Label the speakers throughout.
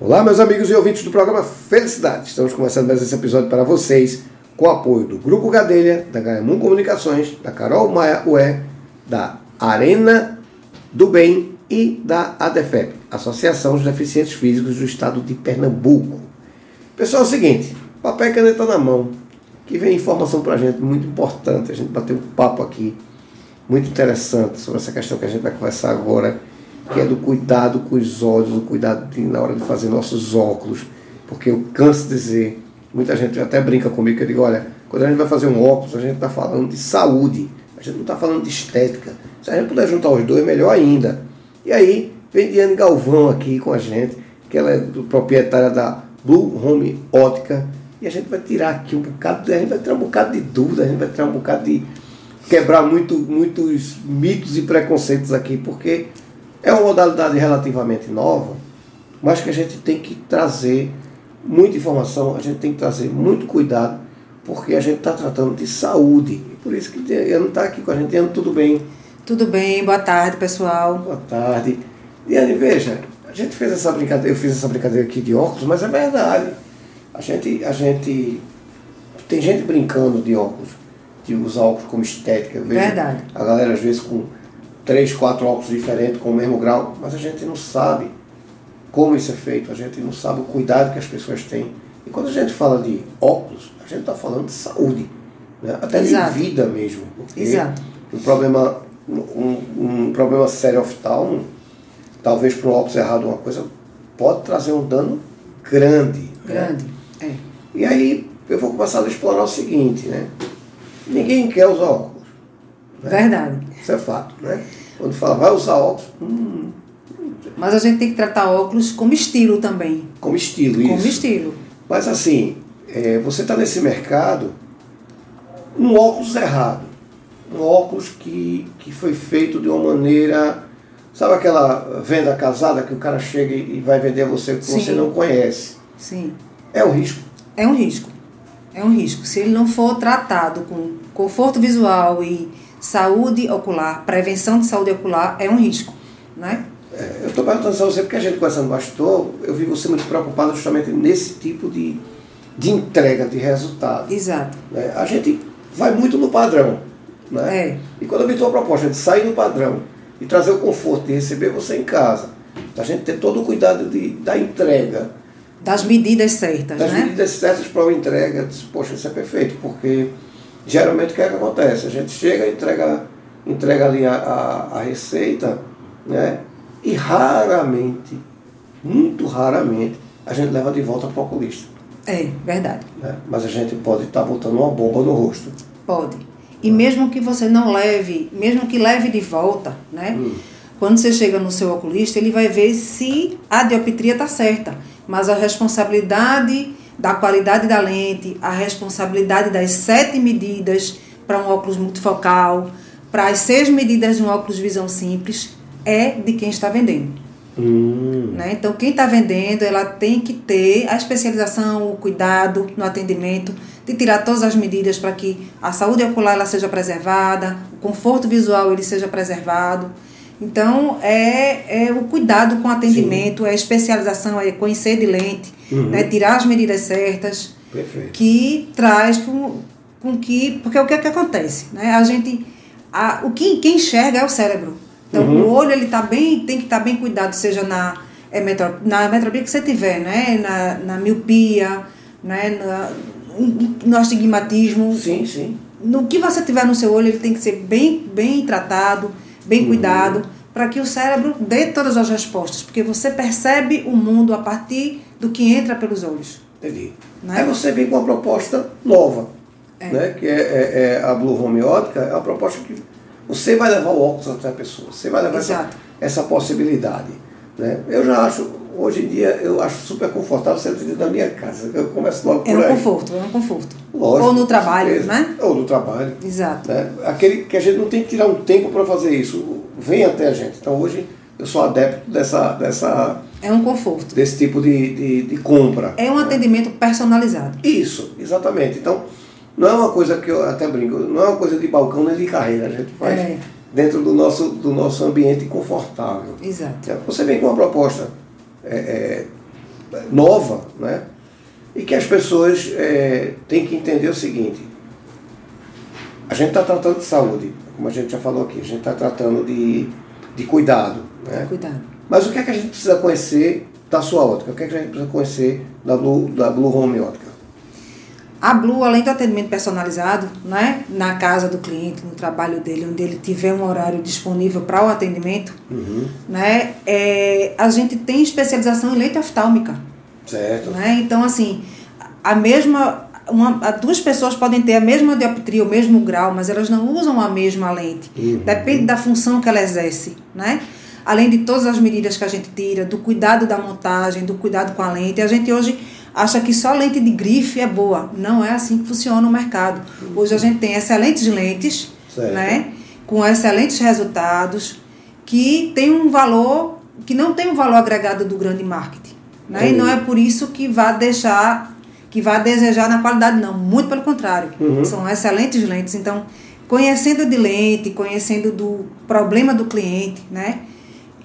Speaker 1: Olá, meus amigos e ouvintes do programa Felicidade. Estamos começando mais esse episódio para vocês com o apoio do Grupo Gadelha, da Gaemum Comunicações, da Carol Maia UE, da Arena do Bem e da ADFEP, Associação dos Deficientes Físicos do Estado de Pernambuco. Pessoal, é o seguinte, papel e caneta na mão, que vem informação para a gente muito importante, a gente bateu um papo aqui muito interessante sobre essa questão que a gente vai conversar agora, que é do cuidado com os olhos, do cuidado de- na hora de fazer nossos óculos, porque eu canso de dizer, muita gente até brinca comigo, que eu digo, olha, quando a gente vai fazer um óculos, a gente está falando de saúde, a gente não está falando de estética. Se a gente puder juntar os dois, melhor ainda. E aí, vem Diane Galvão aqui com a gente, que ela é do- proprietária da Blue Home Ótica, e a gente vai tirar aqui um bocado, de- a gente vai tirar um bocado de dúvida, a gente vai tirar um bocado de quebrar muito, muitos mitos e preconceitos aqui, porque é uma modalidade relativamente nova, mas que a gente tem que trazer muita informação, a gente tem que trazer muito cuidado, porque a gente está tratando de saúde. E Por isso que Diana está aqui com a gente. Diana, tudo bem?
Speaker 2: Tudo bem, boa tarde pessoal.
Speaker 1: Boa tarde. Diane, veja, a gente fez essa brincadeira, eu fiz essa brincadeira aqui de óculos, mas é verdade. A gente, a gente tem gente brincando de óculos, de usar óculos como estética. Eu vejo
Speaker 2: Verdade.
Speaker 1: A galera às vezes com três, quatro óculos diferentes, com o mesmo grau, mas a gente não sabe como isso é feito, a gente não sabe o cuidado que as pessoas têm. E quando a gente fala de óculos, a gente está falando de saúde, né? até
Speaker 2: Exato.
Speaker 1: de vida mesmo. porque
Speaker 2: Exato.
Speaker 1: Um problema, um, um problema sério oftalmo, talvez para um óculos errado uma coisa, pode trazer um dano grande. né?
Speaker 2: Grande. É.
Speaker 1: E aí eu vou começar a explorar o seguinte, né? Ninguém quer usar óculos.
Speaker 2: Verdade.
Speaker 1: Isso é fato, né? Quando fala vai usar óculos, hum,
Speaker 2: Mas a gente tem que tratar óculos como estilo também.
Speaker 1: como estilo isso.
Speaker 2: Como estilo.
Speaker 1: Mas assim, é, você está nesse mercado, um óculos errado. Um óculos que, que foi feito de uma maneira. Sabe aquela venda casada que o cara chega e e vai vender a você que você
Speaker 2: Sim.
Speaker 1: não conhece?
Speaker 2: Sim.
Speaker 1: É o risco.
Speaker 2: É um risco. É um risco. Se ele não for tratado com conforto visual e saúde ocular, prevenção de saúde ocular, é um risco. Né?
Speaker 1: É, Eu estou perguntando a você porque a gente conversando bastidor, eu vi você muito preocupado justamente nesse tipo de, de entrega de resultado.
Speaker 2: Exato.
Speaker 1: né? A gente vai muito no padrão. Né?
Speaker 2: É.
Speaker 1: E quando eu vi tua proposta de sair no padrão e trazer o conforto de receber você em casa, a gente ter todo o cuidado de, da entrega,
Speaker 2: Das medidas certas,
Speaker 1: das
Speaker 2: né?
Speaker 1: medidas certas para a entrega, eu disse, poxa, isso é perfeito, porque geralmente o que, é que acontece? A gente chega, entrega, entrega ali a, a, a receita, né? E raramente, muito raramente, a gente leva de volta para o oculista.
Speaker 2: É, verdade.
Speaker 1: Né? Mas a gente pode estar botando uma bomba no rosto.
Speaker 2: Pode. E mesmo que você não leve, mesmo que leve de volta, né? Quando você chega no seu oculista, ele vai ver se a dioptria está certa. Mas a responsabilidade da qualidade da lente, a responsabilidade das sete medidas para um óculos multifocal, para as seis medidas de um óculos visão simples, é de quem está vendendo. Né? Então, quem está vendendo, ela tem que ter a especialização, o cuidado no atendimento, de tirar todas as medidas para que a saúde ocular ela seja preservada, o conforto visual ele seja preservado. Então, é, é o cuidado com o atendimento, é a especialização, é conhecer de lente, né? tirar as medidas certas
Speaker 1: Perfeito.
Speaker 2: que traz com, com que. Porque o que é que acontece? Né? A gente. A, o que, quem enxerga é o cérebro. Então
Speaker 1: Uhum.
Speaker 2: o olho ele tá bem, tem que estar bem cuidado, seja na, é, metro, na metropia que você tiver, né? na, na miopia, né? na, no astigmatismo.
Speaker 1: Sim, sim.
Speaker 2: No que você tiver no seu olho, ele tem que ser bem, bem tratado, bem
Speaker 1: Uhum.
Speaker 2: cuidado, para que o cérebro dê todas as respostas. Porque você percebe o mundo a partir do que entra pelos olhos.
Speaker 1: Entendi.
Speaker 2: Né?
Speaker 1: Aí você vem com uma proposta nova, né? que é, é- é a Blue Home Ótica, é uma proposta que você vai levar o óculos até a pessoa, você vai levar essa,
Speaker 2: Exato.
Speaker 1: essa possibilidade. Né? Eu já acho, hoje em dia, eu acho super confortável você atender na minha casa, eu começo logo
Speaker 2: É
Speaker 1: por
Speaker 2: um
Speaker 1: aí.
Speaker 2: conforto, é um conforto.
Speaker 1: Lógico,
Speaker 2: Ou no
Speaker 1: com
Speaker 2: trabalho,
Speaker 1: certeza.
Speaker 2: né?
Speaker 1: Ou no trabalho.
Speaker 2: Exato.
Speaker 1: né? Aquele que a gente não tem que tirar um tempo para fazer isso, vem até a gente. Então hoje eu sou adepto dessa, dessa,
Speaker 2: É um conforto.
Speaker 1: desse tipo de, de, de compra.
Speaker 2: É um atendimento personalizado.
Speaker 1: Isso, exatamente. Então, não é uma coisa que eu até brinco, não é uma coisa de balcão nem de carreira, a gente faz
Speaker 2: É.
Speaker 1: dentro do nosso, do nosso ambiente confortável.
Speaker 2: Exato.
Speaker 1: Você vem com uma proposta é, é, nova, né? E que as pessoas é, têm que entender o seguinte: a gente está tratando de saúde, como a gente já falou aqui, a gente está tratando de, de cuidado, né?
Speaker 2: Cuidado.
Speaker 1: Mas o que é que a gente precisa conhecer da sua ótica? O que é que a gente precisa conhecer da Blue, da Blue Home Ótica?
Speaker 2: A Blue, além do atendimento personalizado, né, na casa do cliente, no trabalho dele, onde ele tiver um horário disponível para o atendimento,
Speaker 1: Uhum.
Speaker 2: né, é, a gente tem especialização em leite oftálmica.
Speaker 1: Certo.
Speaker 2: Né? Então, assim, a mesma. Uma, a- duas pessoas podem ter a mesma dioptria, o mesmo grau, mas elas não usam a mesma lente.
Speaker 1: Uhum.
Speaker 2: Depende da função que ela exerce, né? Além de todas as medidas que a gente tira, do cuidado da montagem, do cuidado com a lente. A gente hoje acha que só lente de grife é boa. Não é assim que funciona o mercado. Hoje a gente tem excelentes lentes,
Speaker 1: Certo.
Speaker 2: né? Com excelentes resultados, que tem um valor, que não tem um valor agregado do grande marketing. Né? E
Speaker 1: Entendi.
Speaker 2: não é por isso que vá deixar, que vá desejar na qualidade, não. Muito pelo contrário.
Speaker 1: Uhum.
Speaker 2: São excelentes lentes. Então, conhecendo de lente, conhecendo do problema do cliente, né?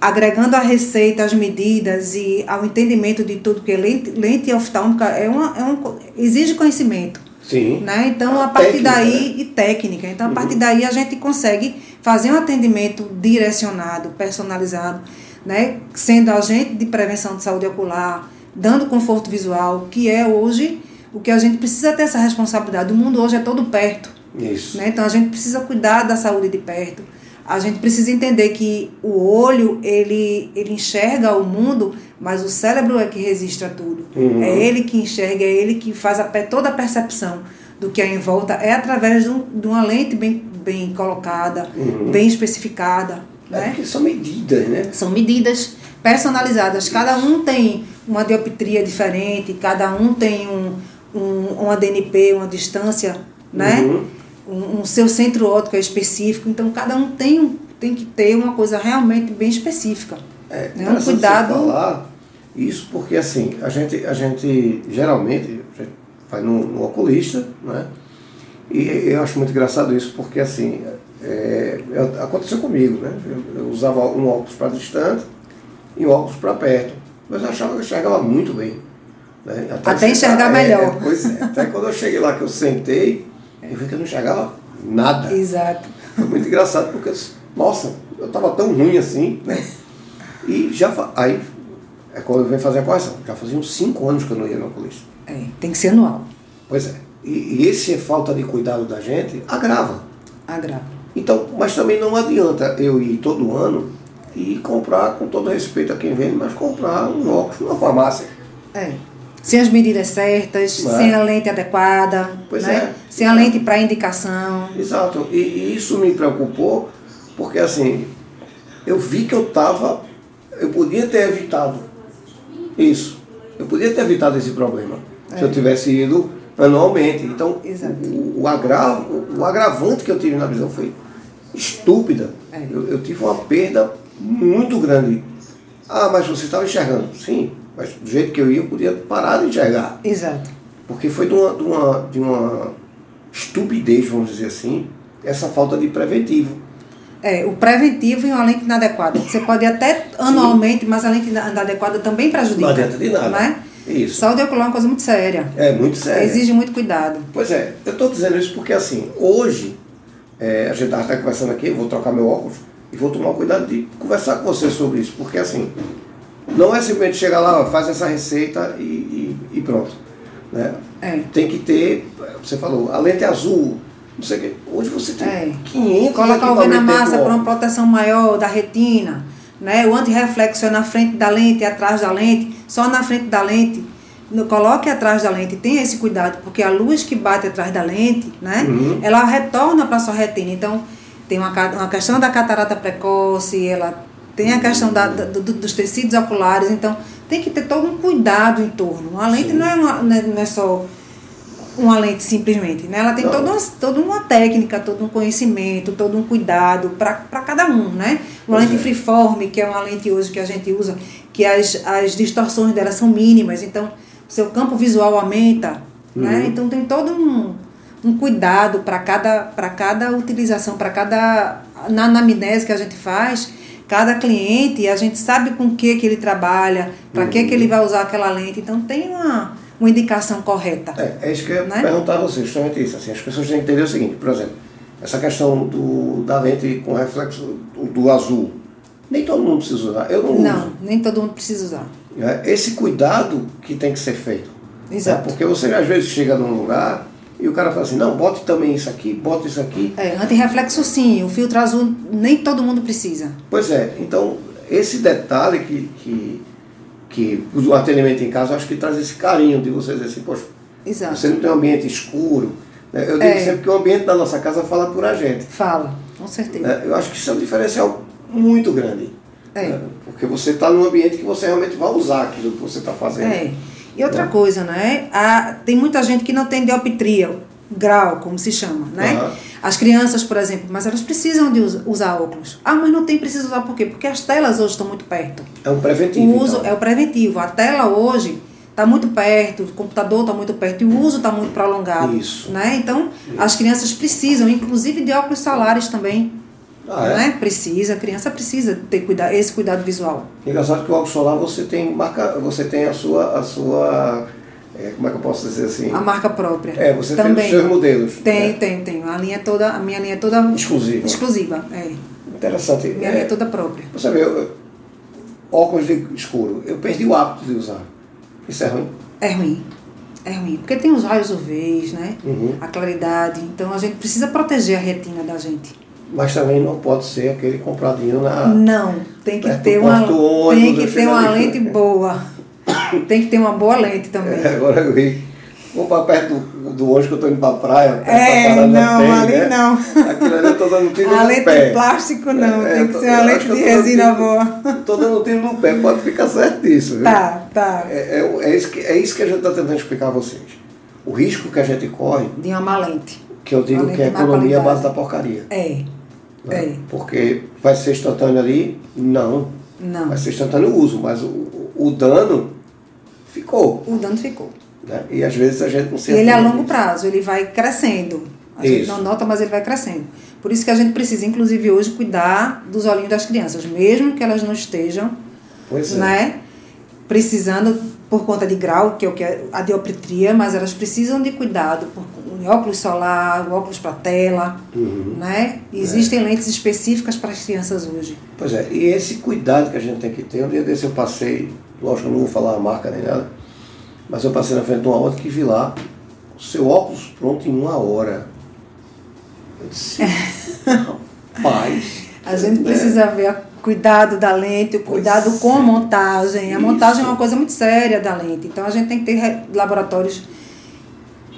Speaker 2: Agregando a receita, as medidas e ao entendimento de tudo, porque lente, lente oftálmica é uma, é um, co- exige conhecimento.
Speaker 1: Sim.
Speaker 2: Né? Então,
Speaker 1: A
Speaker 2: a partir
Speaker 1: técnica, né? Uhum.
Speaker 2: daí, e técnica. Então, a partir daí, a gente consegue fazer um atendimento direcionado, personalizado, né? sendo agente de prevenção de saúde ocular, dando conforto visual, que é hoje o que a gente precisa ter essa responsabilidade. O mundo hoje é todo perto.
Speaker 1: Isso.
Speaker 2: Né? Então a gente precisa cuidar da saúde de perto. A gente precisa entender que o olho ele, ele enxerga o mundo, mas o cérebro é que registra tudo.
Speaker 1: Uhum.
Speaker 2: É ele que enxerga, é ele que faz a, pe- toda a percepção do que é em volta. É através de, um- de uma lente bem, bem colocada,
Speaker 1: Uhum.
Speaker 2: bem especificada.
Speaker 1: É
Speaker 2: Né?
Speaker 1: porque são medidas, né?
Speaker 2: São medidas personalizadas. Cada um tem uma dioptria diferente, cada um tem um, um, uma DNP, uma distância, né?
Speaker 1: Uhum.
Speaker 2: Um, um seu centro óptico é específico. Então, cada um tem, um- tem que ter uma coisa realmente bem específica.
Speaker 1: É,
Speaker 2: né? Um
Speaker 1: interessante você
Speaker 2: cuidado.
Speaker 1: falar isso porque assim, a gente, a gente geralmente a gente vai no, no oculista, né? E eu acho muito engraçado isso porque assim, é, é- aconteceu comigo, né? Eu, eu usava um óculos para distante e um óculos para perto. Mas eu achava que eu enxergava muito bem. né?
Speaker 2: Até enxergar
Speaker 1: é,
Speaker 2: melhor.
Speaker 1: pois é, até quando eu cheguei lá que eu sentei, eu vi que eu não enxergava nada.
Speaker 2: Exato.
Speaker 1: Foi muito engraçado porque, eu disse, nossa, eu estava tão ruim assim, né? E já fa- aí é quando eu venho fazer a correção. Já faziam cinco anos que eu não ia no oculista.
Speaker 2: É, tem que ser anual.
Speaker 1: Pois é. E, e esse falta de cuidado da gente agrava.
Speaker 2: Agravo.
Speaker 1: Então, mas também não adianta eu ir todo ano e comprar, com todo respeito a quem vende, mas comprar um óculos numa farmácia.
Speaker 2: É. Sem as medidas certas,
Speaker 1: Claro.
Speaker 2: sem a lente adequada,
Speaker 1: Pois
Speaker 2: né?
Speaker 1: é.
Speaker 2: sem a lente para indicação.
Speaker 1: Exato. E, e isso me preocupou porque assim, eu vi que eu estava. Eu podia ter evitado isso. Eu podia ter evitado esse problema se eu tivesse ido anualmente. Então,
Speaker 2: É. Exato.
Speaker 1: o, o, agravo, o agravante que eu tive na visão foi estúpida.
Speaker 2: É.
Speaker 1: Eu, eu tive uma perda muito grande. Ah, mas você estava enxergando. Sim, mas do jeito que eu ia, eu podia parar de enxergar.
Speaker 2: Exato.
Speaker 1: Porque foi de uma, de uma, de uma estupidez, vamos dizer assim, essa falta de preventivo.
Speaker 2: É, o preventivo e uma lente inadequada. Você pode até anualmente, mas a lente ina- inadequada também prejudica.
Speaker 1: Não adianta de nada.
Speaker 2: Né?
Speaker 1: Isso.
Speaker 2: Saúde ocular é uma coisa muito séria.
Speaker 1: É muito sério.
Speaker 2: Exige muito cuidado.
Speaker 1: Pois é, eu estou dizendo isso porque assim, hoje, é, a gente está conversando aqui, eu vou trocar meu óculos e vou tomar cuidado de conversar com você sobre isso, porque assim, não é simplesmente chegar lá, ó, faz essa receita e, e- e pronto. Né?
Speaker 2: É.
Speaker 1: Tem que ter, você falou, a lente é azul, não sei o quê. Hoje você tem
Speaker 2: É.
Speaker 1: 500
Speaker 2: Colocar o V
Speaker 1: equipamentos
Speaker 2: na
Speaker 1: dentro
Speaker 2: massa
Speaker 1: do
Speaker 2: para uma
Speaker 1: óculos.
Speaker 2: proteção maior da retina. Né? O antirreflexo é na frente da lente e atrás da lente. Só na frente da lente. No- Coloque atrás da lente. Tenha esse cuidado, porque a luz que bate atrás da lente, né?
Speaker 1: Uhum.
Speaker 2: ela retorna para sua retina. Então, tem uma, ca- uma questão da catarata precoce, ela tem a questão da- da- do- dos tecidos oculares. Então, tem que ter todo um cuidado em torno. A lente
Speaker 1: Sim.
Speaker 2: não é, uma- não é- não é só uma lente simplesmente, né? Ela tem
Speaker 1: Não.
Speaker 2: toda uma, toda uma técnica, todo um conhecimento, todo um cuidado para cada um, né? Uma
Speaker 1: Pois
Speaker 2: lente
Speaker 1: é.
Speaker 2: freeform, que é uma lente hoje que a gente usa, que as, as distorções dela são mínimas, então seu campo visual aumenta,
Speaker 1: Uhum.
Speaker 2: né? Então tem todo um, um cuidado para cada, pra cada utilização, para cada na anamnese que a gente faz, Cada cliente, a gente sabe com o que, que ele trabalha, para que, que ele
Speaker 1: Uhum.
Speaker 2: vai usar aquela lente. Então tem uma, uma indicação correta.
Speaker 1: É, é isso que eu ia
Speaker 2: Né?
Speaker 1: perguntar a você, justamente isso. Assim, as pessoas têm que entender o seguinte, por exemplo, essa questão do, da lente com reflexo do, do azul. Nem todo mundo precisa usar. Eu não,
Speaker 2: Não,
Speaker 1: uso.
Speaker 2: nem todo mundo precisa usar.
Speaker 1: né? Esse cuidado que tem que ser feito.
Speaker 2: Exato.
Speaker 1: né? Porque você às vezes chega num lugar e o cara fala assim, não, bote também isso aqui, bote isso aqui.
Speaker 2: É, antirreflexo sim, o filtro azul nem todo mundo precisa.
Speaker 1: Pois é, então esse detalhe que, que, que o atendimento em casa, eu acho que traz esse carinho de vocês, assim, poxa,
Speaker 2: Exato.
Speaker 1: você não tem um ambiente escuro. né? Eu digo
Speaker 2: É.
Speaker 1: sempre que o ambiente da nossa casa fala por a gente.
Speaker 2: Fala, com certeza.
Speaker 1: né? Eu acho que isso é um diferencial muito grande.
Speaker 2: É.
Speaker 1: né? Porque você está num ambiente que você realmente vai usar aquilo que você está fazendo.
Speaker 2: É. E outra coisa, né? A- tem muita gente que não tem dioptria, grau, como se chama, né?
Speaker 1: Aham.
Speaker 2: As crianças, por exemplo, mas elas precisam de us- usar óculos. Ah, mas não tem precisa usar por quê? Porque as telas hoje estão muito perto.
Speaker 1: É um preventivo.
Speaker 2: O uso
Speaker 1: então.
Speaker 2: é o preventivo. A tela hoje está muito perto, o computador está muito perto e o uso está muito prolongado.
Speaker 1: Isso.
Speaker 2: Né? Então, as crianças precisam, inclusive de óculos solares também.
Speaker 1: Ah, é?
Speaker 2: Né? Precisa, a criança precisa ter cuida esse cuidado visual.
Speaker 1: É Engraçado que o óculos solar você tem marca, você tem a sua, a sua é, como é que eu posso dizer assim?
Speaker 2: A marca própria.
Speaker 1: É, você
Speaker 2: também.
Speaker 1: tem os seus modelos.
Speaker 2: Tem,
Speaker 1: né?
Speaker 2: tem, tem. A linha é toda, a minha linha é toda
Speaker 1: Exclusiva.
Speaker 2: exclusiva, é.
Speaker 1: Interessante.
Speaker 2: Minha
Speaker 1: É,
Speaker 2: linha é toda própria.
Speaker 1: Você vê, eu- óculos de escuro, eu perdi o hábito de usar. Isso é ruim.
Speaker 2: É ruim. É ruim, porque tem os raios UVs, né?
Speaker 1: Uhum.
Speaker 2: A claridade. Então a gente precisa proteger a retina da gente.
Speaker 1: Mas também não pode ser aquele compradinho na.
Speaker 2: Não, tem que
Speaker 1: Ah. Perto do
Speaker 2: ter uma
Speaker 1: porto ônibus,
Speaker 2: tem que
Speaker 1: eu
Speaker 2: ter
Speaker 1: chego
Speaker 2: uma
Speaker 1: ali.
Speaker 2: lente boa. Tem que ter uma boa lente também.
Speaker 1: É, agora eu ri. Vou pra perto do, do ônibus que eu tô indo pra praia. perto
Speaker 2: É,
Speaker 1: da parada
Speaker 2: não,
Speaker 1: tem, né?
Speaker 2: ali não.
Speaker 1: Aquilo ali eu tô dando tiro
Speaker 2: A
Speaker 1: no
Speaker 2: lente
Speaker 1: pé.
Speaker 2: de plástico não,
Speaker 1: É,
Speaker 2: tem
Speaker 1: eu
Speaker 2: que
Speaker 1: tô-
Speaker 2: ser uma
Speaker 1: eu
Speaker 2: lente
Speaker 1: acho que eu
Speaker 2: de
Speaker 1: tô dando
Speaker 2: resina
Speaker 1: tiro-
Speaker 2: boa.
Speaker 1: Tô dando tiro no pé, pode ficar certo disso. viu?
Speaker 2: Tá, tá.
Speaker 1: É, é, é isso que, é isso que a gente está tentando explicar a vocês. O risco que a gente corre,
Speaker 2: De uma má lente.
Speaker 1: que eu digo
Speaker 2: Além
Speaker 1: que é a
Speaker 2: de má
Speaker 1: economia à
Speaker 2: qualidade.
Speaker 1: base da porcaria.
Speaker 2: É.
Speaker 1: né?
Speaker 2: É.
Speaker 1: Porque vai ser instantâneo ali? Não.
Speaker 2: Não.
Speaker 1: Vai ser instantâneo o uso, mas o, o- o dano ficou.
Speaker 2: O dano ficou.
Speaker 1: né? E às vezes a gente não
Speaker 2: E
Speaker 1: se
Speaker 2: ele é a
Speaker 1: atende
Speaker 2: longo
Speaker 1: disso.
Speaker 2: prazo, ele vai crescendo. A gente
Speaker 1: Isso.
Speaker 2: não nota, mas ele vai crescendo. Por isso que a gente precisa, inclusive hoje, cuidar dos olhinhos das crianças, mesmo que elas não estejam,
Speaker 1: Pois é.
Speaker 2: né? Precisando por conta de grau, que é o que é a dioptria, mas elas precisam de cuidado por o óculos solar, o óculos para tela,
Speaker 1: Uhum.
Speaker 2: né?
Speaker 1: É.
Speaker 2: Existem lentes específicas para as crianças hoje.
Speaker 1: Pois é, e esse cuidado que a gente tem que ter, um dia desse eu passei, lógico que eu não vou falar a marca nem nada, mas eu passei na frente de uma outra que vi lá, o seu óculos pronto em uma hora. Eu disse, rapaz.
Speaker 2: A gente
Speaker 1: né?
Speaker 2: precisa ver o cuidado da lente, o cuidado
Speaker 1: Pois
Speaker 2: com
Speaker 1: é.
Speaker 2: a montagem. A
Speaker 1: Isso.
Speaker 2: montagem é uma coisa muito séria da lente. Então a gente tem que ter re- laboratórios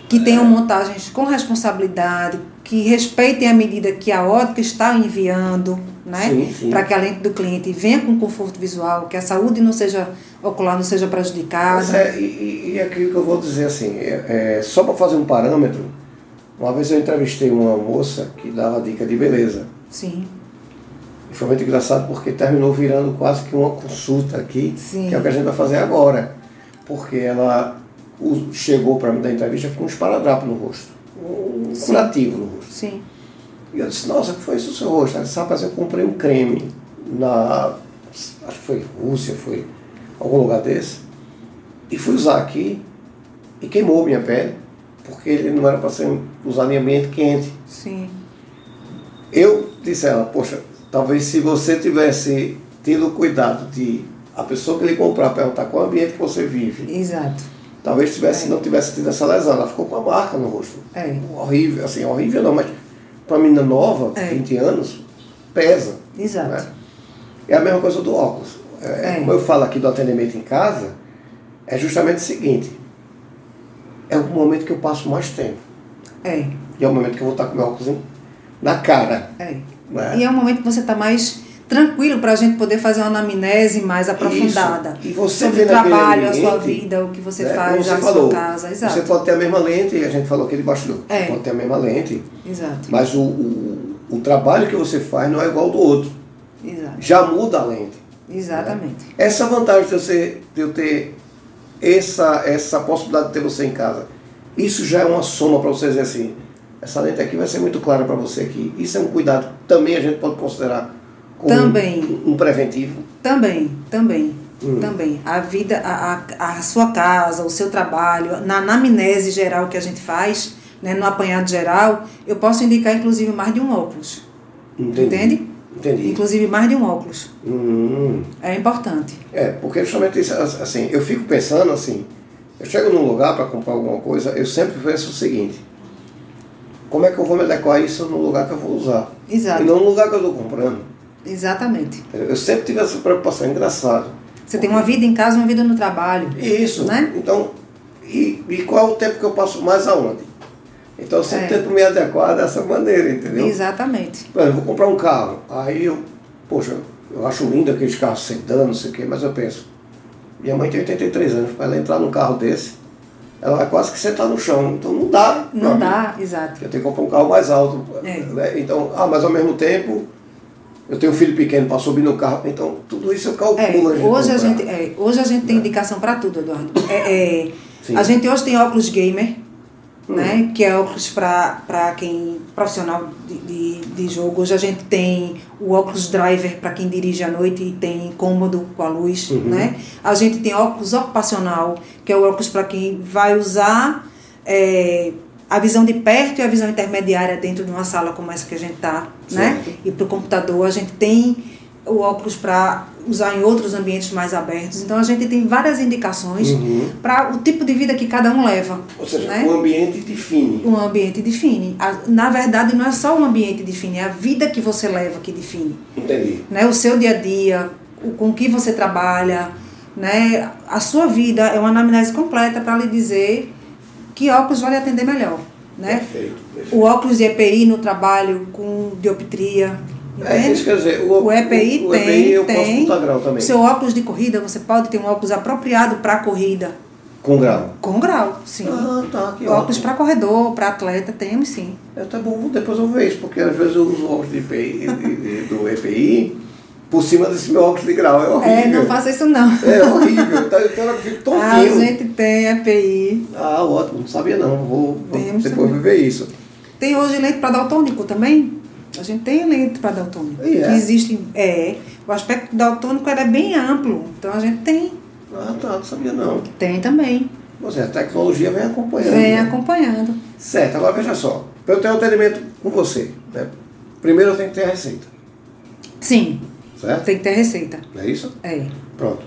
Speaker 2: que
Speaker 1: É.
Speaker 2: tenham montagens com responsabilidade, que respeitem a medida que a ótica está enviando, né?
Speaker 1: Sim, sim.
Speaker 2: Para que a lente do cliente venha com conforto visual, que a saúde não seja ocular não seja
Speaker 1: Mas
Speaker 2: prejudicada.
Speaker 1: é, e, e, e aquilo que eu vou dizer assim, é, é, só para fazer um parâmetro, uma vez eu entrevistei uma moça que dava dica de beleza.
Speaker 2: Sim.
Speaker 1: E foi muito engraçado porque terminou virando quase que uma consulta aqui,
Speaker 2: Sim.
Speaker 1: que é o que a gente vai fazer agora. Porque ela us- chegou para mim da entrevista com um esparadrapo no rosto, um curativo no rosto.
Speaker 2: Sim.
Speaker 1: E eu disse, nossa, o que foi isso no seu rosto? Ela disse, rapaz, eu comprei um creme na, acho que foi Rússia, foi algum lugar desse, e fui usar aqui e queimou minha pele, porque ele não era para ser usado em ambiente quente.
Speaker 2: Sim.
Speaker 1: Eu disse a ela, poxa, talvez se você tivesse tido o cuidado de a pessoa que lhe comprar perguntar qual ambiente que você vive,
Speaker 2: Exato.
Speaker 1: talvez tivesse, não tivesse tido essa lesão. Ela ficou com a marca no rosto.
Speaker 2: É.
Speaker 1: Horrível, assim, horrível não, mas para uma menina nova,
Speaker 2: É.
Speaker 1: 20 anos, pesa.
Speaker 2: Exato.
Speaker 1: né? É a mesma coisa do óculos. É,
Speaker 2: É.
Speaker 1: Como eu falo aqui do atendimento em casa, é justamente o seguinte. É o momento que eu passo mais tempo.
Speaker 2: É.
Speaker 1: E é o momento que eu vou estar com meu óculos em- na cara.
Speaker 2: É.
Speaker 1: né?
Speaker 2: E é um momento que você está mais tranquilo para a gente poder fazer uma anamnese mais aprofundada.
Speaker 1: Isso. E você
Speaker 2: sobre o
Speaker 1: vê naquele
Speaker 2: trabalho, a sua
Speaker 1: ambiente,
Speaker 2: vida, o que você
Speaker 1: né, como
Speaker 2: faz,
Speaker 1: você
Speaker 2: a
Speaker 1: falou,
Speaker 2: sua casa. Exato.
Speaker 1: Você pode ter a mesma lente, a gente falou aqui de bastidor.
Speaker 2: É.
Speaker 1: Você pode ter a mesma lente,
Speaker 2: Exato.
Speaker 1: mas o, o, o trabalho que você faz não é igual ao do outro.
Speaker 2: Exato.
Speaker 1: Já muda a lente.
Speaker 2: Exatamente.
Speaker 1: Essa vantagem de eu, ser, de eu ter essa, essa possibilidade de ter você em casa, isso já é uma soma para você dizer assim, essa lente aqui vai ser muito clara para você aqui. Isso é um cuidado que também a gente pode considerar com
Speaker 2: Também.
Speaker 1: um preventivo.
Speaker 2: Também, também,
Speaker 1: Hum.
Speaker 2: também. A vida, a, a, a sua casa, o seu trabalho, na anamnese geral que a gente faz, né, no apanhado geral, eu posso indicar inclusive mais de um óculos.
Speaker 1: Entendi.
Speaker 2: Entende?
Speaker 1: Entendi.
Speaker 2: Inclusive mais de um óculos.
Speaker 1: Hum.
Speaker 2: É importante.
Speaker 1: É, porque justamente isso, assim, eu fico pensando assim, eu chego num lugar para comprar alguma coisa, eu sempre penso o seguinte, como é que eu vou me adequar a isso no lugar que eu vou usar?
Speaker 2: Exato.
Speaker 1: E não no lugar que eu estou comprando.
Speaker 2: Exatamente.
Speaker 1: Eu sempre tive essa preocupação, é engraçado.
Speaker 2: Você tem uma vida em casa, uma vida no trabalho.
Speaker 1: Isso,
Speaker 2: Né?
Speaker 1: Então, e, e qual é o tempo que eu passo mais aonde? Então eu sempre
Speaker 2: É.
Speaker 1: tento me adequar dessa maneira, entendeu?
Speaker 2: Exatamente.
Speaker 1: Por exemplo, eu vou comprar um carro. Aí eu, poxa, eu acho lindo aqueles carros sedã, não sei o quê, mas eu penso, minha mãe tem 83 anos, para ela entrar num carro desse, ela vai quase que sentar no chão. Então não dá.
Speaker 2: Não
Speaker 1: pra mim.
Speaker 2: dá, exato.
Speaker 1: Eu tenho que comprar um carro mais alto.
Speaker 2: É.
Speaker 1: né? Então, ah, mas ao mesmo tempo, eu tenho um filho pequeno para subir no carro. Então, tudo isso eu calculo.
Speaker 2: É,
Speaker 1: antes de
Speaker 2: hoje, a
Speaker 1: comprar.
Speaker 2: gente, é, hoje a gente tem indicação para tudo, Eduardo. É, é,
Speaker 1: Sim.
Speaker 2: a gente hoje tem óculos gamer,
Speaker 1: Hum.
Speaker 2: né? Que é óculos para quem profissional de, de, de jogo. Hoje a gente tem o óculos driver para quem dirige à noite e tem cômodo com a luz,
Speaker 1: Uhum.
Speaker 2: né? A gente tem óculos ocupacional, que é o óculos para quem vai usar é, a visão de perto e a visão intermediária dentro de uma sala como essa que a gente está, né?
Speaker 1: Certo.
Speaker 2: E para o computador a gente tem o óculos para usar em outros ambientes mais abertos. Então a gente tem várias indicações para o tipo de vida que cada um leva.
Speaker 1: Uhum. Ou seja,
Speaker 2: né?
Speaker 1: o ambiente define.
Speaker 2: O um ambiente define. A- Na verdade, não é só o ambiente define, é a vida que você leva que define.
Speaker 1: Entendi.
Speaker 2: Né? O seu dia a dia, o, com que você trabalha, né? a sua vida é uma anamnese completa para lhe dizer que óculos vai lhe atender melhor. Né?
Speaker 1: Perfeito. perfeito.
Speaker 2: O óculos de EPI no trabalho com dioptria.
Speaker 1: É,
Speaker 2: entende?
Speaker 1: isso quer dizer, o,
Speaker 2: O EPI
Speaker 1: o, o
Speaker 2: tem,
Speaker 1: EPI eu posso
Speaker 2: tem.
Speaker 1: botar grau também.
Speaker 2: Seu óculos de corrida, você pode ter um óculos apropriado para corrida.
Speaker 1: Com grau.
Speaker 2: Com grau, sim.
Speaker 1: Ah, tá. Que
Speaker 2: óculos
Speaker 1: ótimo.
Speaker 2: para corredor, para atleta, temos sim.
Speaker 1: É, tá bom, depois eu vejo, porque às vezes eu uso o óculos de EPI, de- de- do EPI por cima desse meu óculos de grau. É horrível.
Speaker 2: É, não faça isso não.
Speaker 1: É horrível. Tá, então eu fico tontinho.
Speaker 2: A gente tem EPI.
Speaker 1: Ah, ótimo, não sabia não. Vou, vou
Speaker 2: Vemos
Speaker 1: depois viver isso.
Speaker 2: Tem hoje lente para daltônico também? A gente tem lente para daltônico.
Speaker 1: E é?
Speaker 2: Que existe. É. O aspecto daltônico era bem amplo. Então a gente tem.
Speaker 1: Ah, tá, não sabia não.
Speaker 2: Tem também.
Speaker 1: Ou seja, a tecnologia vem acompanhando.
Speaker 2: Vem
Speaker 1: né?
Speaker 2: acompanhando.
Speaker 1: Certo, agora veja só. Para eu ter um atendimento com você, né? primeiro eu tenho que ter a receita,
Speaker 2: Sim,
Speaker 1: certo?
Speaker 2: tem que ter receita.
Speaker 1: Não é isso?
Speaker 2: É.
Speaker 1: Pronto.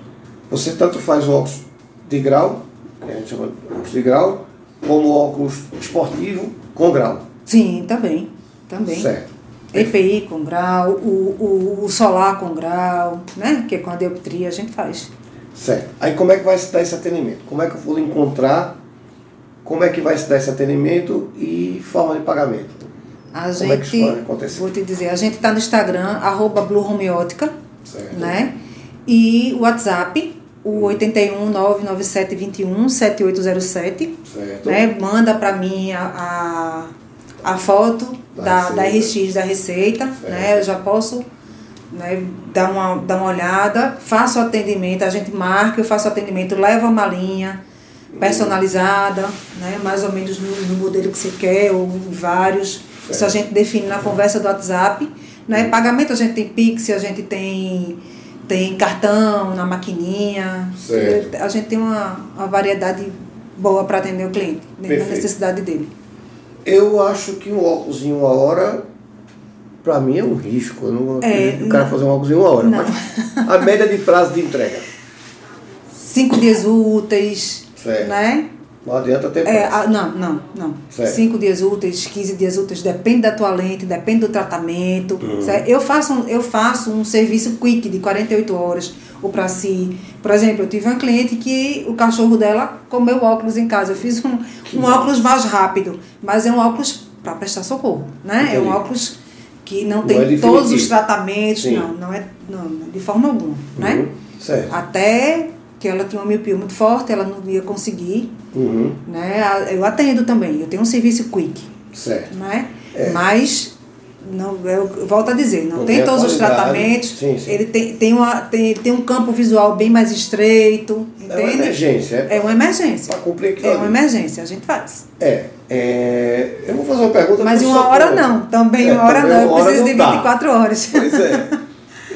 Speaker 1: Você tanto faz óculos de grau, que a gente chama de óculos de grau, como óculos esportivo com grau.
Speaker 2: Sim, também. Também.
Speaker 1: Certo.
Speaker 2: EPI com grau, o, o, o solar com grau, né? Que é com a dioptria a gente faz.
Speaker 1: Certo. Aí como é que vai se dar esse atendimento? Como é que eu vou encontrar? Como é que vai se dar esse atendimento e forma de pagamento?
Speaker 2: A
Speaker 1: Como é que
Speaker 2: gente,
Speaker 1: isso vai acontecer?
Speaker 2: vou te dizer, a gente tá no Instagram, arroba Blue Homeótica,
Speaker 1: Certo.
Speaker 2: né? E o WhatsApp, o 81 997 21 7807,
Speaker 1: Certo.
Speaker 2: né? Manda para mim a, a, a foto
Speaker 1: Da
Speaker 2: da, da
Speaker 1: receita. É.
Speaker 2: RX da receita, né? Eu já posso né, dar, uma, dar uma olhada, faço atendimento, a gente marca, eu faço atendimento, levo a malinha personalizada, né, mais ou menos no, no modelo que você quer, ou em vários. Isso a gente define na conversa do WhatsApp. Né? Pagamento a gente tem Pix, a gente tem, tem cartão na maquininha.
Speaker 1: Certo.
Speaker 2: A gente tem uma, uma variedade boa para atender o cliente, né, na
Speaker 1: Perfeito.
Speaker 2: necessidade dele.
Speaker 1: Eu acho que um óculos em uma hora, pra mim é um risco. Eu não acredito que o cara fazer um óculos em uma hora.
Speaker 2: É, não.
Speaker 1: Mas a média de prazo de entrega.
Speaker 2: Cinco dias úteis,
Speaker 1: Certo.
Speaker 2: né?
Speaker 1: Não adianta ter
Speaker 2: É,
Speaker 1: prazo.
Speaker 2: ah, não, não, não.
Speaker 1: Certo.
Speaker 2: Cinco dias úteis, 15 dias úteis, depende da tua lente, depende do tratamento.
Speaker 1: Hum.
Speaker 2: certo? Eu, faço um, eu faço um serviço quick de 48 horas, ou para si. Por exemplo, eu tive uma cliente que o cachorro dela comeu óculos em casa. Eu fiz um, um óculos mais rápido, mas é um óculos para prestar socorro, né? É um
Speaker 1: Entendi.
Speaker 2: óculos que não
Speaker 1: Não
Speaker 2: tem
Speaker 1: é definitivo.
Speaker 2: todos os tratamentos,
Speaker 1: Sim.
Speaker 2: não, não é não, de forma alguma, né?
Speaker 1: Uhum. Certo.
Speaker 2: Até que ela tinha uma miopia muito forte, ela não ia conseguir
Speaker 1: Uhum.
Speaker 2: né? A- Eu atendo também, eu tenho um serviço quick,
Speaker 1: Certo.
Speaker 2: né? Mas não, é eu volto a dizer, não,
Speaker 1: É. Não
Speaker 2: tem,
Speaker 1: tem a
Speaker 2: todos os
Speaker 1: qualidade.
Speaker 2: tratamentos.
Speaker 1: Sim, sim.
Speaker 2: Ele tem, tem, uma, tem, tem um campo visual bem mais estreito,
Speaker 1: É uma
Speaker 2: entende?
Speaker 1: emergência. É,
Speaker 2: É uma emergência.
Speaker 1: pra cumprir aquilo
Speaker 2: É
Speaker 1: ali.
Speaker 2: uma emergência, a gente faz.
Speaker 1: É, é, eu vou fazer uma pergunta.
Speaker 2: Mas
Speaker 1: pro
Speaker 2: uma
Speaker 1: socorro.
Speaker 2: hora não, também
Speaker 1: É,
Speaker 2: uma hora
Speaker 1: também
Speaker 2: não, eu
Speaker 1: uma hora
Speaker 2: preciso
Speaker 1: não
Speaker 2: de
Speaker 1: dá.
Speaker 2: 24 horas.
Speaker 1: Pois é.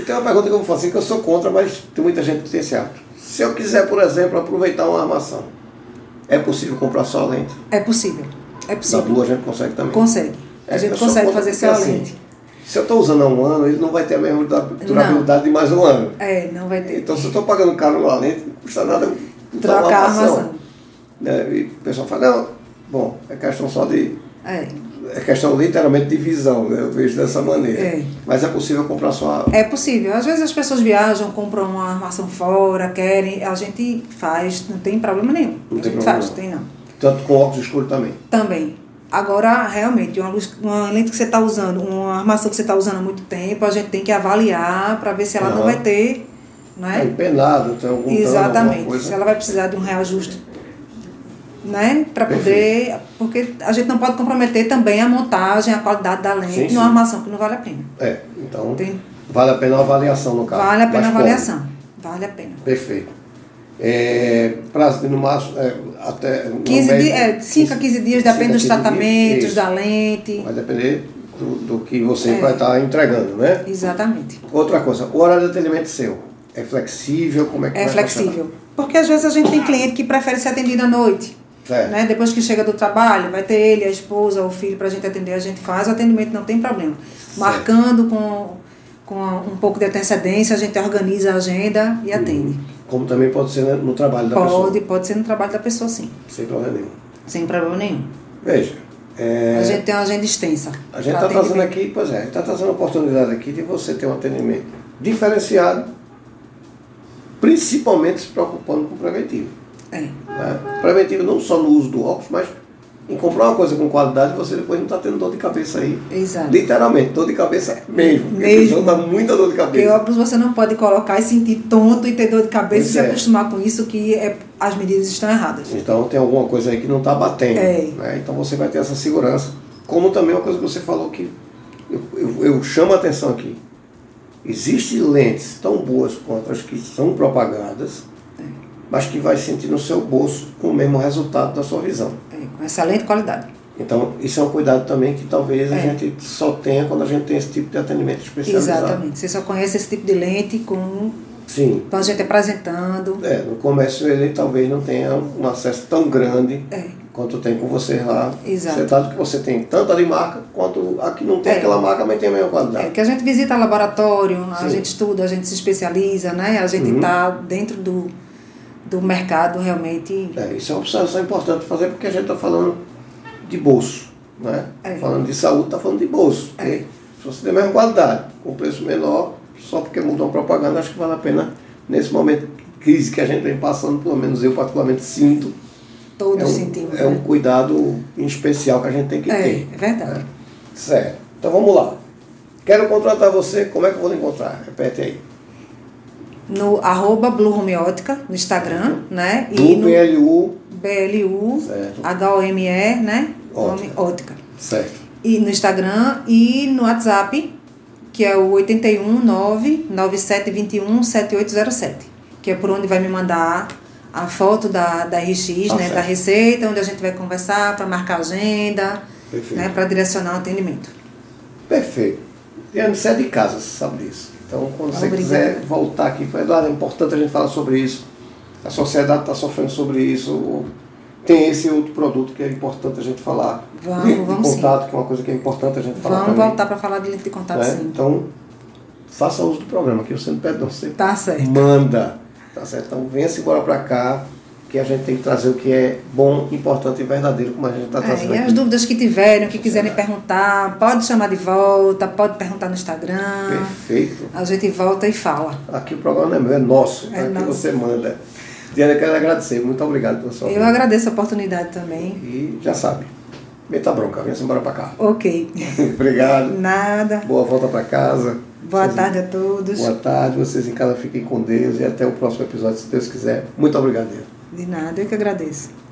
Speaker 1: tem uma pergunta que eu vou fazer que eu sou contra, mas tem muita gente que tem esse hábito. Se eu quiser, por exemplo, aproveitar uma armação, é possível comprar só a lente?
Speaker 2: É possível. É
Speaker 1: Da
Speaker 2: possível.
Speaker 1: blue a gente consegue também.
Speaker 2: Consegue.
Speaker 1: Tá É,
Speaker 2: A gente
Speaker 1: eu sou
Speaker 2: consegue
Speaker 1: contra
Speaker 2: fazer
Speaker 1: porque,
Speaker 2: só a
Speaker 1: assim,
Speaker 2: lente.
Speaker 1: Se eu estou usando há um ano, ele não vai ter a mesma dura- durabilidade de mais um ano.
Speaker 2: É, não vai ter.
Speaker 1: Então, se eu estou pagando caro numa lente, não custa nada botar uma
Speaker 2: Trocar a
Speaker 1: armação.
Speaker 2: armação.
Speaker 1: Né? E o pessoal fala, não, bom, é questão só de.
Speaker 2: É.
Speaker 1: É questão literalmente de visão, né? eu vejo dessa maneira.
Speaker 2: É.
Speaker 1: Mas é possível comprar só.
Speaker 2: É possível. Às vezes as pessoas viajam, compram uma armação fora, querem. A gente faz, não tem problema nenhum.
Speaker 1: Não
Speaker 2: a
Speaker 1: tem
Speaker 2: gente
Speaker 1: problema.
Speaker 2: faz, tem não.
Speaker 1: Tanto com óculos escuros também.
Speaker 2: Também. Agora, realmente, uma, luz, uma lente que você está usando, uma armação que você está usando há muito tempo, a gente tem que avaliar para ver se ela
Speaker 1: Aham.
Speaker 2: não vai ter, não
Speaker 1: É
Speaker 2: é?
Speaker 1: empenado, tem algum dano, alguma
Speaker 2: Exatamente.
Speaker 1: coisa.
Speaker 2: Se ela vai precisar de um reajuste, né? Para
Speaker 1: Perfeito.
Speaker 2: poder. Porque a gente não pode comprometer também a montagem, a qualidade da lente
Speaker 1: Sim, sim.
Speaker 2: numa armação que não vale a pena.
Speaker 1: É, então
Speaker 2: Tem-
Speaker 1: vale a pena a avaliação no caso.
Speaker 2: Vale a pena
Speaker 1: mais
Speaker 2: a
Speaker 1: pobre.
Speaker 2: avaliação. Vale a pena.
Speaker 1: Perfeito. É, prazo de no máximo é, até.
Speaker 2: 15
Speaker 1: no
Speaker 2: dias,
Speaker 1: médio,
Speaker 2: é, 5 a 15 dias, depende dos
Speaker 1: 15 a 15
Speaker 2: tratamentos,
Speaker 1: dias,
Speaker 2: da lente.
Speaker 1: Vai depender do, do que você
Speaker 2: É.
Speaker 1: vai estar entregando, né?
Speaker 2: Exatamente.
Speaker 1: Outra coisa, o horário de atendimento seu é flexível? Como é que
Speaker 2: É
Speaker 1: vai
Speaker 2: flexível. Porque às vezes a gente tem cliente que prefere ser atendido à noite.
Speaker 1: Certo.
Speaker 2: Né? Depois que chega do trabalho, vai ter ele, a esposa, o filho para a gente atender, a gente faz, o atendimento não tem problema. Marcando com, com um pouco de antecedência, a gente organiza a agenda e atende.
Speaker 1: Como também pode ser né, no trabalho Uhum. da pessoa.
Speaker 2: Pode, pode ser no trabalho da pessoa, sim.
Speaker 1: Sem problema nenhum.
Speaker 2: Sem problema nenhum.
Speaker 1: Veja, é,
Speaker 2: A gente tem uma agenda extensa.
Speaker 1: a gente
Speaker 2: pra
Speaker 1: está trazendo
Speaker 2: atendimento.
Speaker 1: aqui, pois é, está trazendo a oportunidade aqui de você ter um atendimento diferenciado, principalmente se preocupando com o preventivo.
Speaker 2: É.
Speaker 1: Né? Preventivo não só no uso do óculos, mas em comprar uma coisa com qualidade, você depois não está tendo dor de cabeça aí.
Speaker 2: Exato.
Speaker 1: Literalmente, dor de cabeça mesmo. porque
Speaker 2: Mesmo.
Speaker 1: senão dá muita dor de
Speaker 2: Porque
Speaker 1: cabeça.
Speaker 2: óculos você não pode colocar e sentir tonto e ter dor de cabeça
Speaker 1: Pois
Speaker 2: e se
Speaker 1: é.
Speaker 2: acostumar com isso que é- as medidas estão erradas.
Speaker 1: Então tem alguma coisa aí que não está batendo.
Speaker 2: É.
Speaker 1: né? Então você vai ter essa segurança. Como também é uma coisa que você falou que eu, eu- eu chamo a atenção aqui. Existem lentes tão boas quanto as que são propagadas, mas que vai sentir no seu bolso com o mesmo resultado da sua visão.
Speaker 2: É, com excelente qualidade.
Speaker 1: Então, isso é um cuidado também que talvez a
Speaker 2: É.
Speaker 1: gente só tenha quando a gente tem esse tipo de atendimento especializado.
Speaker 2: Exatamente. Você só conhece esse tipo de lente com.
Speaker 1: Sim.
Speaker 2: Então a gente apresentando.
Speaker 1: É, no comércio ele talvez não tenha um acesso tão grande
Speaker 2: É.
Speaker 1: quanto tem com vocês lá.
Speaker 2: Exato.
Speaker 1: Você tá- que você tem tanto a de marca quanto a que não tem
Speaker 2: É.
Speaker 1: aquela marca, mas tem a mesma
Speaker 2: É
Speaker 1: qualidade.
Speaker 2: que a gente visita laboratório, a
Speaker 1: Sim. Uhum.
Speaker 2: gente estuda, a gente se especializa, né? A gente está dentro do, do mercado realmente.
Speaker 1: É, isso é uma observação importante fazer porque a gente está falando de bolso. Né?
Speaker 2: É.
Speaker 1: Falando de saúde, está falando de bolso. porque Se você tem a mesma qualidade, com preço menor, só porque mudou a propaganda, acho que vale a pena, nesse momento de crise que a gente vem passando, pelo menos eu particularmente sinto,
Speaker 2: Todos
Speaker 1: é um,
Speaker 2: sentimos.
Speaker 1: é um
Speaker 2: né?
Speaker 1: cuidado em especial que a gente tem que
Speaker 2: é,
Speaker 1: ter.
Speaker 2: é verdade.
Speaker 1: Certo. Então vamos lá. Quero contratar você, como é que eu vou lhe encontrar? Repete aí.
Speaker 2: No arroba Blue Homeótica, no Instagram,
Speaker 1: Uhum.
Speaker 2: né? E
Speaker 1: Do
Speaker 2: no
Speaker 1: PLU.
Speaker 2: BLU,
Speaker 1: Certo.
Speaker 2: H-O-M-E, né?
Speaker 1: Ótica.
Speaker 2: Home- Ótica.
Speaker 1: Certo.
Speaker 2: E no Instagram e no WhatsApp, que é o 819-9721-7807, que é por onde vai me mandar a foto da, da RX,
Speaker 1: Tá
Speaker 2: né?
Speaker 1: certo.
Speaker 2: Da receita, onde a gente vai conversar para marcar agenda,
Speaker 1: Perfeito.
Speaker 2: né? Para direcionar o atendimento.
Speaker 1: Perfeito. Diane, você é de casa, você sabe disso. Então, quando você
Speaker 2: Obrigada.
Speaker 1: quiser voltar aqui, fala, Eduardo, é importante a gente falar sobre isso. A sociedade está sofrendo sobre isso. ou Tem esse outro produto que é importante a gente falar.
Speaker 2: Vamos,
Speaker 1: Lente de
Speaker 2: vamos sim.
Speaker 1: contato, que é uma coisa que é importante a gente falar
Speaker 2: Vamos
Speaker 1: também.
Speaker 2: voltar para falar de lente de contato,
Speaker 1: né?
Speaker 2: sim.
Speaker 1: Então, faça uso do programa, que você não pede não. Você
Speaker 2: Tá certo.
Speaker 1: manda. Tá certo? Então venha-se embora pra cá, que a gente tem que trazer o que é bom, importante e verdadeiro, como a gente está
Speaker 2: É,
Speaker 1: trazendo
Speaker 2: e as
Speaker 1: aqui.
Speaker 2: dúvidas que tiverem,
Speaker 1: Tá
Speaker 2: o que quiserem perguntar, pode chamar de volta, pode perguntar no Instagram.
Speaker 1: Perfeito.
Speaker 2: A gente volta e fala.
Speaker 1: Aqui o programa não é meu, é nosso.
Speaker 2: É
Speaker 1: É aqui
Speaker 2: nosso.
Speaker 1: você manda. Diana, eu quero agradecer. Muito obrigado pela sua
Speaker 2: Eu
Speaker 1: vinda.
Speaker 2: agradeço a oportunidade também.
Speaker 1: E já sabe, meta bronca, venha-se embora pra cá.
Speaker 2: Ok.
Speaker 1: obrigado.
Speaker 2: Nada.
Speaker 1: Boa volta pra casa.
Speaker 2: Boa
Speaker 1: Vocês-
Speaker 2: tarde a todos.
Speaker 1: Boa tarde. Vocês em casa fiquem com Deus e até o próximo episódio, se Deus quiser. Muito obrigado, Diana.
Speaker 2: De nada, eu que agradeço.